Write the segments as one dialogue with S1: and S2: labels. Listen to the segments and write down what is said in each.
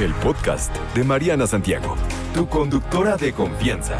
S1: El podcast de Mariana Santiago, tu conductora de confianza.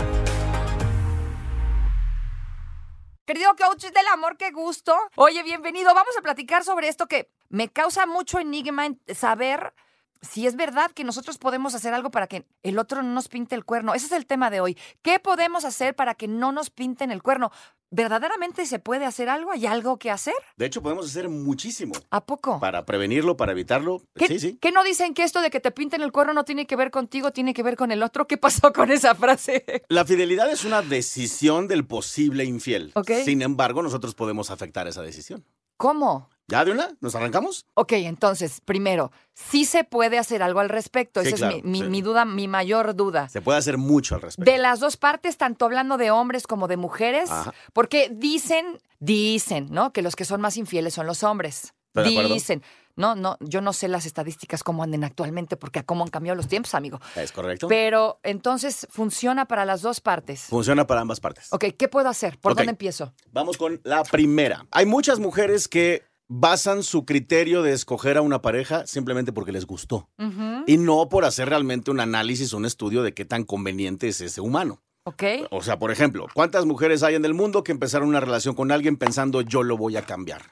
S2: Querido coach del amor, qué gusto. Oye, bienvenido. Vamos a platicar sobre esto que me causa mucho enigma en saber si es verdad que nosotros podemos hacer algo para que el otro no nos pinte el cuerno. Ese es el tema de hoy. ¿Qué podemos hacer para que no nos pinten el cuerno? ¿Verdaderamente se puede hacer algo? ¿Hay algo que hacer?
S3: De hecho, podemos hacer muchísimo
S2: ¿A poco?
S3: para prevenirlo, para evitarlo.
S2: Oh. ¿Qué,
S3: Sí, sí.
S2: qué no dicen que esto de que te pinten el cuerno no tiene que ver contigo, tiene que ver con el otro? ¿Qué pasó con esa frase?
S3: La fidelidad es una decisión del posible infiel.
S2: Ok.
S3: Sin embargo, nosotros podemos afectar esa decisión.
S2: ¿Cómo?
S3: ¿Ya de una? ¿Nos arrancamos?
S2: Ok, entonces, primero, sí se puede hacer algo al respecto.
S3: Sí,
S2: Esa es
S3: claro,
S2: mi, mi-
S3: sí.
S2: mi duda, mi mayor duda.
S3: Se puede hacer mucho al respecto.
S2: De las dos partes, tanto hablando de hombres como de mujeres,
S3: Ajá.
S2: porque dicen, dicen, ¿no? Que los que son más infieles son los hombres.
S3: Estoy de acuerdo.
S2: dicen. No, no, yo no sé las estadísticas cómo anden actualmente, porque a cómo han cambiado los tiempos, amigo.
S3: ¿Es correcto?
S2: Pero entonces funciona para las dos partes.
S3: Funciona para ambas partes.
S2: Ok, ¿qué puedo hacer? ¿Por
S3: Ok.
S2: dónde empiezo?
S3: Vamos con la primera. Hay muchas mujeres que basan su criterio de escoger a una pareja simplemente porque les gustó
S2: Ujú,
S3: y no por hacer realmente un análisis, un estudio de qué tan conveniente es ese humano.
S2: Ok.
S3: O sea, por ejemplo, ¿cuántas mujeres hay en el mundo que empezaron una relación con alguien pensando yo lo voy a cambiar?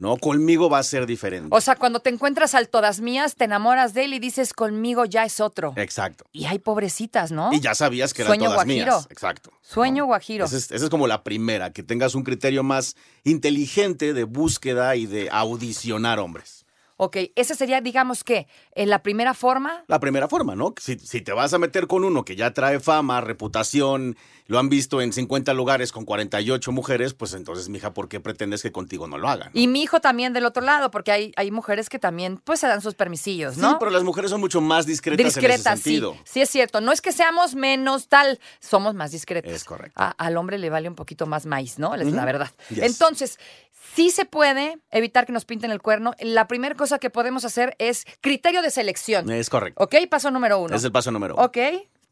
S3: No, conmigo va a ser diferente.
S2: O sea, cuando te encuentras al todas mías, te enamoras de él y dices, conmigo ya es otro.
S3: Exacto.
S2: Y hay pobrecitas, ¿no?
S3: Y ya sabías que eran
S2: Sueño
S3: todas
S2: guajiro.
S3: mías. Exacto.
S2: Sueño
S3: ¿No?
S2: guajiro.
S3: Esa es, esa es como la primera, que tengas un criterio más inteligente de búsqueda y de audicionar hombres.
S2: Ok, esa sería, digamos que, en la primera forma.
S3: La primera forma, ¿no? Si, si te vas a meter con uno que ya trae fama, reputación, lo han visto en 50 lugares con 48 mujeres, pues entonces, mija, ¿por qué pretendes que contigo no lo hagan?
S2: Y mi hijo también del otro lado, porque hay, hay mujeres que también pues se dan sus permisillos,
S3: Sí,
S2: ¿no?
S3: pero las mujeres son mucho más discretas, en
S2: discretas,
S3: ese
S2: sí.
S3: sentido.
S2: Sí, es cierto. No es que seamos menos tal, somos más discretas.
S3: Es correcto.
S2: A- al hombre le vale un poquito más maíz, ¿no? Es la
S3: Ujú.
S2: verdad.
S3: Yes.
S2: Entonces, sí se puede evitar que nos pinten el cuerno. La primera cosa que podemos hacer es criterio de selección.
S3: Es correcto.
S2: ¿Ok? Paso número uno.
S3: Es el paso número uno.
S2: Ok.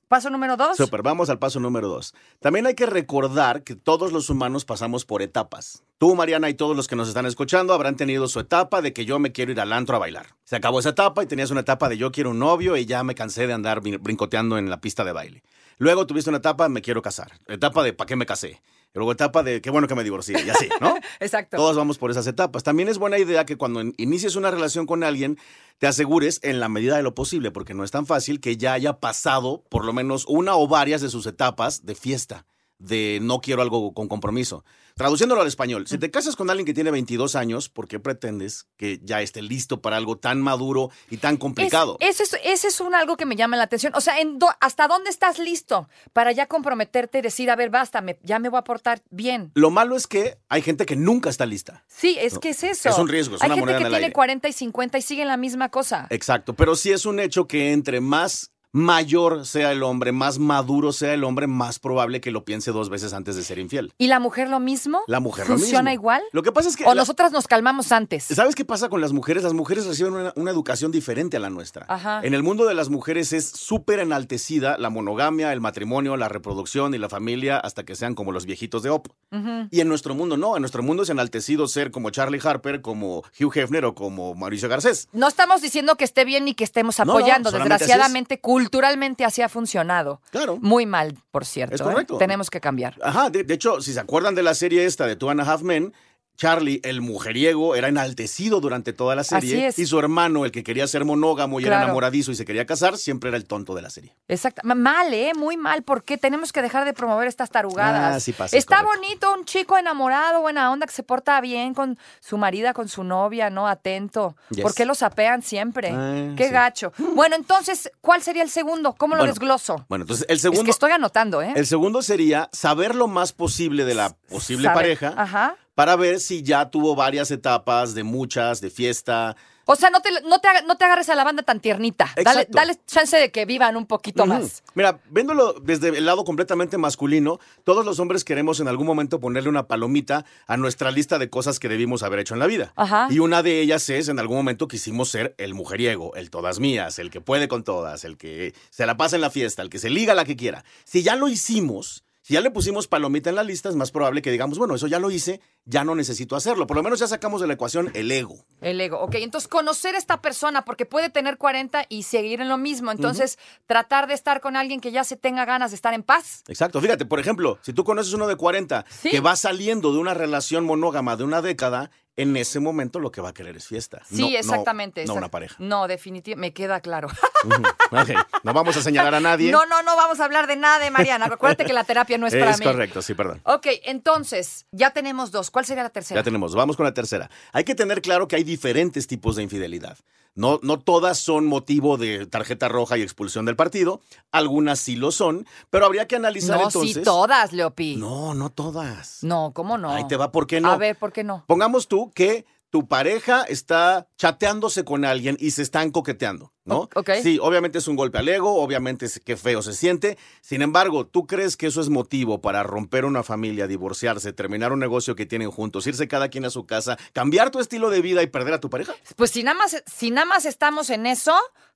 S2: Paso número dos.
S3: Super, vamos al paso número dos. También hay que recordar que todos los humanos pasamos por etapas. Tú, Mariana, y todos los que nos están escuchando habrán tenido su etapa de que yo me quiero ir al antro a bailar. Se acabó esa etapa y tenías una etapa de yo quiero un novio y ya me cansé de andar brin- brincoteando en la pista de baile. Luego tuviste una etapa me quiero casar. Etapa de ¿para qué me casé? Luego etapa de qué bueno que me divorcié y así, ¿no?
S2: Exacto.
S3: Todos vamos por esas etapas. También es buena idea que cuando in- inicies una relación con alguien, te asegures en la medida de lo posible, porque no es tan fácil que ya haya pasado por lo menos una o varias de sus etapas de fiesta, de no quiero algo con compromiso. Traduciéndolo al español, si te casas con alguien que tiene 22 años, ¿por qué pretendes que ya esté listo para algo tan maduro y tan complicado?
S2: Es- Ese es, ese es un algo que me llama la atención. O sea, en do- ¿hasta dónde estás listo para ya comprometerte y decir, a ver, basta, me- ya me voy a portar bien?
S3: Lo malo es que hay gente que nunca está lista.
S2: Sí, es que es eso.
S3: Es un riesgo, es
S2: Hay
S3: una
S2: gente
S3: moneda
S2: que
S3: en el
S2: tiene
S3: aire. Eh,
S2: 40 y 50 y siguen la misma cosa.
S3: Exacto, pero sí es un hecho que entre más mayor sea el hombre, más maduro sea el hombre, más probable que lo piense dos veces antes de ser infiel.
S2: ¿Y la mujer lo mismo?
S3: La mujer lo
S2: ¿Funciona
S3: mismo.
S2: igual?
S3: Lo que pasa es que
S2: ¿O
S3: la-
S2: nosotras nos calmamos antes?
S3: ¿Sabes qué pasa con las mujeres? Las mujeres reciben una, una educación diferente a la nuestra.
S2: Ajá.
S3: En el mundo de las mujeres es súper enaltecida la monogamia, el matrimonio, la reproducción y la familia hasta que sean como los viejitos de OP.
S2: Ujú.
S3: Y en nuestro mundo no, en nuestro mundo es enaltecido ser como Charlie Harper, como Hugh Hefner o como Mauricio Garcés.
S2: No estamos diciendo que esté bien ni que estemos
S3: No, no,
S2: apoyando.
S3: solamente así es.
S2: Desgraciadamente, culturalmente así ha funcionado.
S3: Claro.
S2: Muy mal, por cierto. ¿eh?
S3: correcto.
S2: Tenemos que cambiar.
S3: Ajá, de, de hecho, si se acuerdan de la serie esta de Two and a Half Men, Charlie, el mujeriego, era enaltecido durante toda la serie.
S2: Así es.
S3: Y su hermano, el que quería ser monógamo y era
S2: Claro.
S3: enamoradizo y se quería casar, siempre era el tonto de la serie.
S2: Exacto. Ma- Mal, ¿eh? Muy mal. porque Tenemos que dejar de promover estas tarugadas?
S3: Ah, sí pasa, es
S2: Está
S3: correcto.
S2: bonito un chico enamorado, buena onda, que se porta bien con su marida, con su novia, ¿no? Atento.
S3: Yes.
S2: ¿Por qué los apean siempre?
S3: Ah,
S2: qué
S3: sí.
S2: gacho. Bueno, entonces, ¿cuál sería el segundo? ¿Cómo lo
S3: Bueno,
S2: desgloso?
S3: Bueno, entonces el segundo,
S2: es que estoy anotando, ¿eh?
S3: el segundo sería saber lo más posible de la posible
S2: Sabe-
S3: pareja
S2: Ajá.
S3: para ver si ya tuvo varias etapas de muchas, de fiesta.
S2: O sea, no te, no te, haga- no te agarres a la banda tan tiernita. Dale,
S3: Exacto.
S2: dale chance de que vivan un poquito
S3: Ujú.
S2: más.
S3: Mira, viéndolo desde el lado completamente masculino, todos los hombres queremos en algún momento ponerle una palomita a nuestra lista de cosas que debimos haber hecho en la vida.
S2: Ajá.
S3: Y una de ellas es, en algún momento quisimos ser el mujeriego, el todas mías, el que puede con todas, el que se la pasa en la fiesta, el que se liga a la que quiera. Si ya lo hicimos, Si ya le pusimos palomita en la lista, es más probable que digamos, bueno, eso ya lo hice, ya no necesito hacerlo. Por lo menos ya sacamos de la ecuación el ego.
S2: El ego. Ok, entonces conocer a esta persona, porque puede tener 40 y seguir en lo mismo. Entonces, tratar de estar con alguien que ya se tenga ganas de estar en paz.
S3: Exacto. Fíjate, por ejemplo, si tú conoces uno de 40
S2: Sí.
S3: que va saliendo de una relación monógama de una década, en ese momento lo que va a querer es fiesta.
S2: Sí,
S3: No- no-
S2: exactamente.
S3: No,
S2: exact-
S3: una pareja.
S2: No, definitivamente. Me queda claro.
S3: Ujú. Ok, No vamos a señalar a nadie.
S2: No, no, no vamos a hablar de nada de Mariana. Recuérdate que la terapia no es para
S3: es
S2: mí.
S3: correcto, sí, perdón.
S2: Ok, entonces, ya tenemos dos. ¿Cuál sería la tercera?
S3: Ya tenemos, vamos con la tercera. Hay que tener claro que hay diferentes tipos de infidelidad. No, no todas son motivo de tarjeta roja y expulsión del partido, algunas sí lo son, pero habría que analizar
S2: no,
S3: entonces.
S2: sí, todas, Leopi.
S3: No, no todas.
S2: No, ¿cómo no?
S3: Ahí te va, ¿por qué no?
S2: A ver, ¿por qué no?
S3: Pongamos tú que tu pareja está chateándose con alguien y se están coqueteando, ¿no?
S2: O- ok.
S3: Sí, obviamente es un golpe al ego, obviamente es que feo se siente. Sin embargo, ¿tú crees que eso es motivo para romper una familia, divorciarse, terminar un negocio que tienen juntos, irse cada quien a su casa, cambiar tu estilo de vida y perder a tu pareja?
S2: Pues si nada más, si nada más estamos en eso,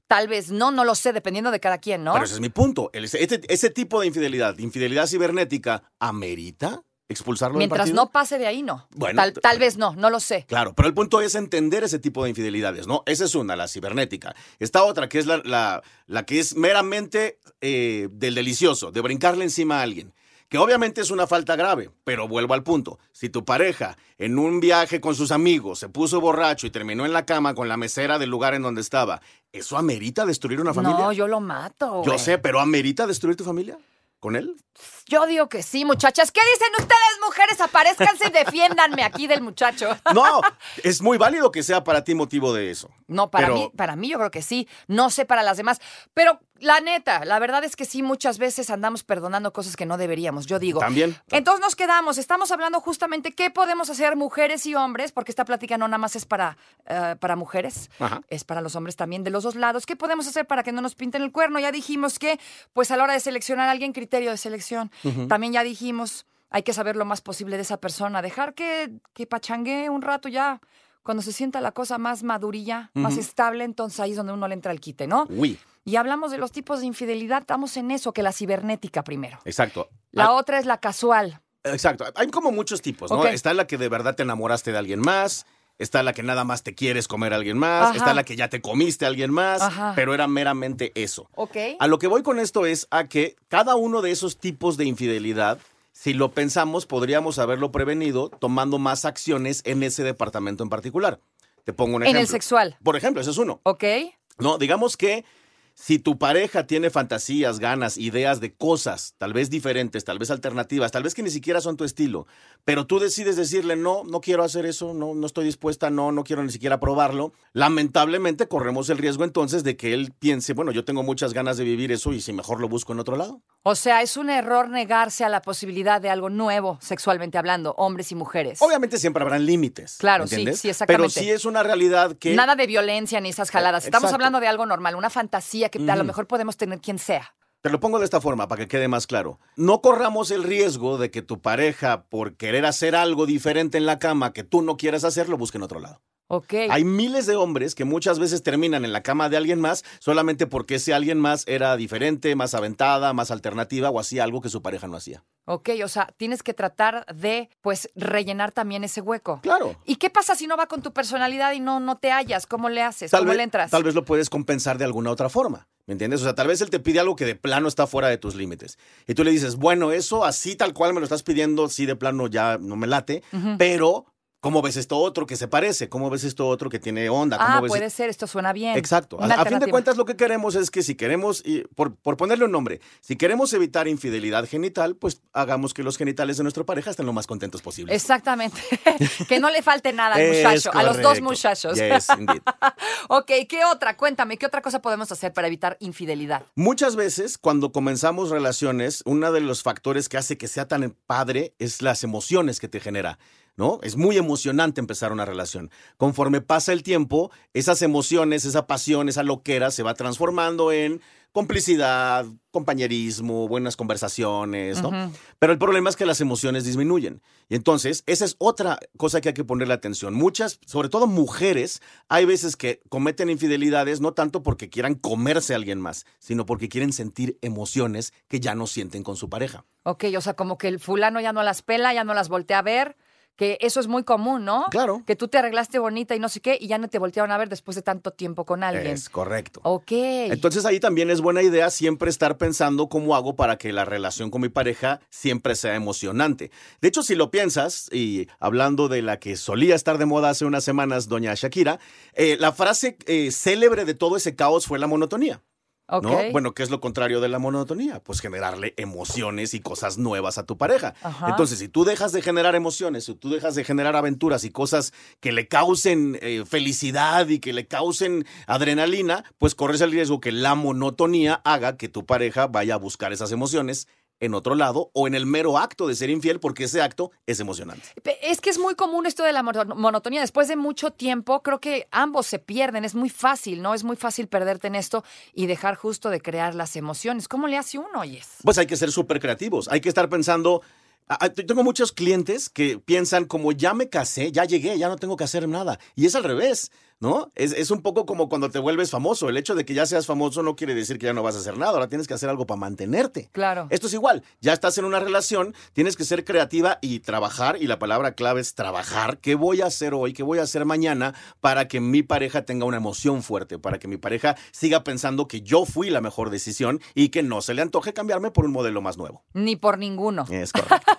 S2: tal vez no, no lo sé, dependiendo de cada quien, ¿no?
S3: Pero ese es mi punto. El- este- ese tipo de infidelidad, infidelidad cibernética, ¿amerita expulsarlo del
S2: Mientras
S3: partido?
S2: no pase de ahí, no.
S3: Bueno,
S2: tal,
S3: t-
S2: tal vez no, no lo sé.
S3: Claro, pero el punto es entender ese tipo de infidelidades, ¿no? Esa es una, la cibernética. Esta otra, que es la, la- la que es meramente eh, del delicioso, de brincarle encima a alguien. Que obviamente es una falta grave, pero vuelvo al punto. Si tu pareja en un viaje con sus amigos se puso borracho y terminó en la cama con la mesera del lugar en donde estaba, ¿eso amerita destruir una familia?
S2: No, yo lo mato.
S3: Yo
S2: güey.
S3: sé, pero ¿amerita destruir tu familia? ¿Con él?
S2: Yo digo que sí, muchachas. ¿Qué dicen ustedes, mujeres? Aparezcanse y defiéndanme aquí del muchacho.
S3: No, es muy válido que sea para ti motivo de eso.
S2: No, para
S3: Pero-
S2: mí, para mí yo creo que sí. No sé para las demás. Pero la neta, la verdad es que sí, muchas veces andamos perdonando cosas que no deberíamos. Yo digo.
S3: También.
S2: Entonces nos quedamos, estamos hablando justamente qué podemos hacer mujeres y hombres, porque esta plática no nada más es para, eh, para mujeres,
S3: Ajá.
S2: es para los hombres también de los dos lados. ¿Qué podemos hacer para que no nos pinten el cuerno? Ya dijimos que, pues a la hora de seleccionar a alguien, criterio de selección. También ya dijimos, hay que saber lo más posible de esa persona, dejar que, que pachanguee un rato ya. Cuando se sienta la cosa más madurilla, más estable, entonces ahí es donde uno le entra al quite, ¿no?
S3: Uy,
S2: Y hablamos de los tipos de infidelidad, estamos en eso, que la cibernética primero.
S3: exacto.
S2: La otra es la casual.
S3: Exacto. Hay como muchos tipos, ¿no?
S2: Ok.
S3: Está la que de verdad te enamoraste de alguien más. Está la que nada más te quieres comer a alguien más.
S2: Ajá.
S3: Está la que ya te comiste a alguien más.
S2: Ajá.
S3: Pero era meramente eso.
S2: Ok.
S3: A lo que voy con esto es a que cada uno de esos tipos de infidelidad, si lo pensamos, podríamos haberlo prevenido tomando más acciones en ese departamento en particular. Te pongo un
S2: En el
S3: ejemplo.
S2: sexual.
S3: Por ejemplo, ese es uno.
S2: Ok.
S3: No, digamos que si tu pareja tiene fantasías, ganas, ideas de cosas, tal vez diferentes, tal vez alternativas, tal vez que ni siquiera son tu estilo, pero tú decides decirle, no, no quiero hacer eso, no, no estoy dispuesta, no, no quiero ni siquiera probarlo, lamentablemente corremos el riesgo entonces de que él piense, bueno, yo tengo muchas ganas de vivir eso y si mejor lo busco en otro lado.
S2: O sea, es un error negarse a la posibilidad de algo nuevo, sexualmente hablando, hombres y mujeres.
S3: Obviamente siempre habrán límites.
S2: Claro, sí,
S3: ¿entiendes?
S2: sí, exactamente.
S3: Pero sí es una realidad que...
S2: Nada de violencia ni esas jaladas. Estamos
S3: Exacto.
S2: hablando de algo normal, una fantasía que a lo
S3: Ujú.
S2: mejor podemos tener quien sea.
S3: Te lo pongo de esta forma para que quede más claro. No corramos el riesgo de que tu pareja, por querer hacer algo diferente en la cama que tú no quieras hacer, lo busque en otro lado.
S2: Ok.
S3: Hay miles de hombres que muchas veces terminan en la cama de alguien más solamente porque ese alguien más era diferente, más aventada, más alternativa o hacía algo que su pareja no hacía.
S2: Ok, o sea, tienes que tratar de, pues, rellenar también ese hueco.
S3: Claro.
S2: ¿Y qué pasa si no va con tu personalidad y no, no te hallas? ¿Cómo le haces? ¿Cómo
S3: vez,
S2: le entras?
S3: Tal vez lo puedes compensar de alguna otra forma. ¿Me entiendes? O sea, tal vez él te pide algo que de plano está fuera de tus límites. Y tú le dices, bueno, eso así tal cual me lo estás pidiendo, sí de plano ya no me late, pero ¿cómo ves esto otro que se parece? ¿Cómo ves esto otro que tiene onda? ¿Cómo
S2: Ah,
S3: ves e-?"
S2: puede ser, esto suena bien.
S3: Exacto.
S2: Una
S3: A- A, fin de
S2: alternativa.
S3: cuentas, lo que queremos es que si queremos, y por, por ponerle un nombre, si queremos evitar infidelidad genital, pues hagamos que los genitales de nuestra pareja estén lo más contentos posible.
S2: Exactamente. que no le falte nada al
S3: Es
S2: muchacho, a los dos
S3: correcto.
S2: muchachos.
S3: Yes, indeed.
S2: Ok, ¿qué otra? Cuéntame, ¿qué otra cosa podemos hacer para evitar infidelidad?
S3: Muchas veces cuando comenzamos relaciones, uno de los factores que hace que sea tan padre es las emociones que te genera, ¿no? Es muy emocionante empezar una relación. Conforme pasa el tiempo, esas emociones, esa pasión, esa loquera se va transformando en complicidad, compañerismo, buenas conversaciones, ¿no?
S2: Ujú.
S3: Pero el problema es que las emociones disminuyen. Y entonces, esa es otra cosa que hay que ponerle atención. Muchas, sobre todo mujeres, hay veces que cometen infidelidades no tanto porque quieran comerse a alguien más, sino porque quieren sentir emociones que ya no sienten con su pareja.
S2: Ok, o sea, como que el fulano ya no las pela, ya no las voltea a ver, que eso es muy común, ¿no?
S3: Claro.
S2: Que tú te arreglaste bonita y no sé qué, y ya no te voltearon a ver después de tanto tiempo con alguien.
S3: Es correcto.
S2: Ok.
S3: Entonces ahí también es buena idea siempre estar pensando cómo hago para que la relación con mi pareja siempre sea emocionante. De hecho, si lo piensas, y hablando de la que solía estar de moda hace unas semanas, doña Shakira, eh, la frase eh, célebre de todo ese caos fue la monotonía.
S2: ok.
S3: ¿no? Bueno, ¿qué es lo contrario de la monotonía? Pues generarle emociones y cosas nuevas a tu pareja.
S2: Ajá.
S3: Entonces, si tú dejas de generar emociones, si tú dejas de generar aventuras y cosas que le causen eh, felicidad y que le causen adrenalina, pues corres el riesgo que la monotonía haga que tu pareja vaya a buscar esas emociones en otro lado o en el mero acto de ser infiel, porque ese acto es emocionante.
S2: Pe- Es que es muy común esto de la mono- monotonía. Después de mucho tiempo, creo que ambos se pierden. Es muy fácil, ¿no? Es muy fácil perderte en esto y dejar justo de crear las emociones. ¿Cómo le hace uno, Yes?
S3: Pues hay que ser súper creativos, hay que estar pensando... ah, ah, yo Tengo muchos clientes que piensan como ya me casé, ya llegué, ya no tengo que hacer nada. Y es al revés, ¿no? Es, es un poco como cuando te vuelves famoso. El hecho de que ya seas famoso no quiere decir que ya no vas a hacer nada. Ahora tienes que hacer algo para mantenerte.
S2: Claro.
S3: Esto es igual, ya estás en una relación, tienes que ser creativa y trabajar, y la palabra clave es trabajar. ¿Qué voy a hacer hoy? ¿Qué voy a hacer mañana para que mi pareja tenga una emoción fuerte? Para que mi pareja siga pensando que yo fui la mejor decisión y que no se le antoje cambiarme por un modelo más nuevo.
S2: Ni por ninguno.
S3: Es correcto.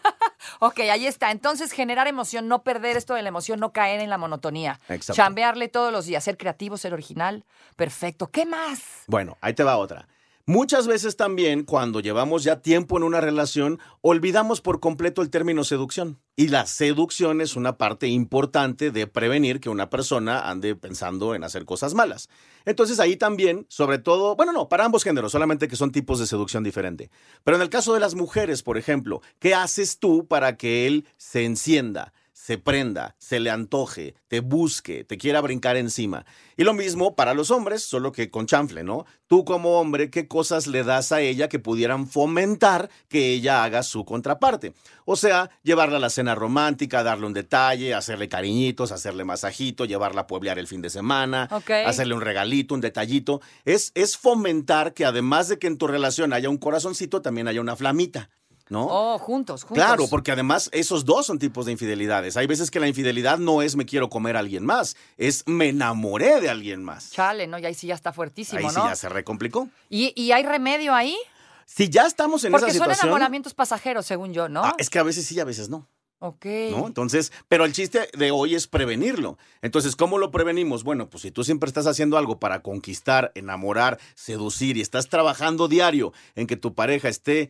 S2: Ok, ahí está. Entonces, generar emoción, no perder esto de la emoción, no caer en la monotonía.
S3: Exacto.
S2: Chambearle todos los días, ser creativo, ser original. Perfecto. ¿Qué más?
S3: bueno, ahí te va otra. Muchas veces también, cuando llevamos ya tiempo en una relación, olvidamos por completo el término seducción. Y la seducción es una parte importante de prevenir que una persona ande pensando en hacer cosas malas. Entonces ahí también, sobre todo, bueno, no, para ambos géneros, solamente que son tipos de seducción diferente. Pero en el caso de las mujeres, por ejemplo, ¿qué haces tú para que él se encienda? se prenda, se le antoje, te busque, te quiera brincar encima. Y lo mismo para los hombres, solo que con chanfle, ¿no? Tú como hombre, ¿qué cosas le das a ella que pudieran fomentar que ella haga su contraparte? O sea, llevarla a la cena romántica, darle un detalle, hacerle cariñitos, hacerle masajito, llevarla a pueblear el fin de semana,
S2: Ok.
S3: hacerle un regalito, un detallito. Es, es fomentar que además de que en tu relación haya un corazoncito, también haya una flamita, ¿no?
S2: Oh, juntos, juntos.
S3: Claro, porque además esos dos son tipos de infidelidades. Hay veces que la infidelidad no es me quiero comer a alguien más, es me enamoré de alguien más.
S2: Chale, ¿no? Y ahí sí ya está fuertísimo,
S3: Ahí sí
S2: ¿no?
S3: ya se recomplicó.
S2: ¿Y, y hay remedio ahí?
S3: Si ya estamos en
S2: Porque
S3: esa
S2: son
S3: situación,
S2: enamoramientos pasajeros, según yo, ¿no?
S3: ah, es que a veces sí y a veces no.
S2: ok.
S3: ¿no? Entonces, pero el chiste de hoy es prevenirlo. Entonces, ¿cómo lo prevenimos? Bueno, pues si tú siempre estás haciendo algo para conquistar, enamorar, seducir y estás trabajando diario en que tu pareja esté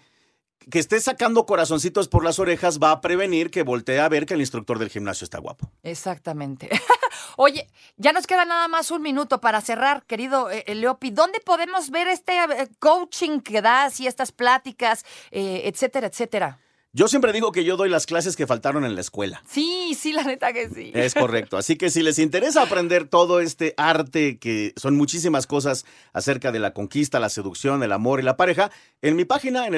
S3: que esté sacando corazoncitos por las orejas va a prevenir que voltee a ver que el instructor del gimnasio está guapo.
S2: Exactamente. Oye, ya nos queda nada más un minuto para cerrar, querido eh, eh, Leopi. ¿Dónde podemos ver este eh, coaching que das y estas pláticas, eh, etcétera, etcétera?
S3: Yo siempre digo que yo doy las clases que faltaron en la escuela.
S2: Sí, sí, la neta que sí.
S3: Es correcto. Así que si les interesa aprender todo este arte, que son muchísimas cosas acerca de la conquista, la seducción, el amor y la pareja, en mi página, en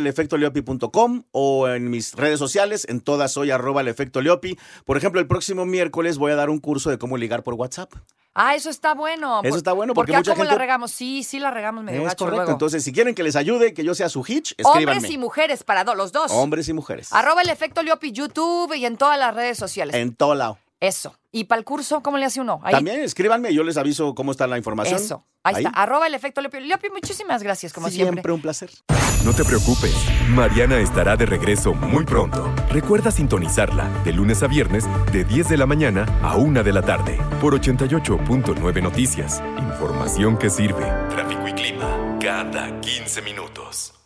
S3: elefectoleopi.com o en mis redes sociales, en todas soy arroba elefectoleopi. Por ejemplo, el próximo miércoles voy a dar un curso de cómo ligar por WhatsApp.
S2: Ah, eso está bueno.
S3: Eso
S2: por-
S3: está bueno, porque
S2: ah,
S3: mucha
S2: ¿cómo la
S3: gente-
S2: regamos? Sí, sí la regamos medio
S3: es
S2: gacho
S3: correcto.
S2: luego.
S3: Entonces, si quieren que les ayude, que yo sea su hitch,
S2: Hombres y
S3: escríbanme.
S2: mujeres para do- los dos.
S3: Hombres y mujeres.
S2: Arroba el efecto Leopi YouTube y en todas las redes sociales.
S3: En todo lado.
S2: Eso. ¿Y para el curso cómo le hace uno? Ahí.
S3: También escríbanme, yo les aviso cómo está la información.
S2: Eso. Ahí, está. Arroba el efecto Leopi. Leopi, muchísimas gracias, como siempre.
S3: siempre un placer.
S1: No te preocupes, Mariana estará de regreso muy pronto. Recuerda sintonizarla de lunes a viernes de 10 de la mañana a 1 de la tarde por 88.9 Noticias. Información que sirve. Tráfico y clima cada 15 minutos.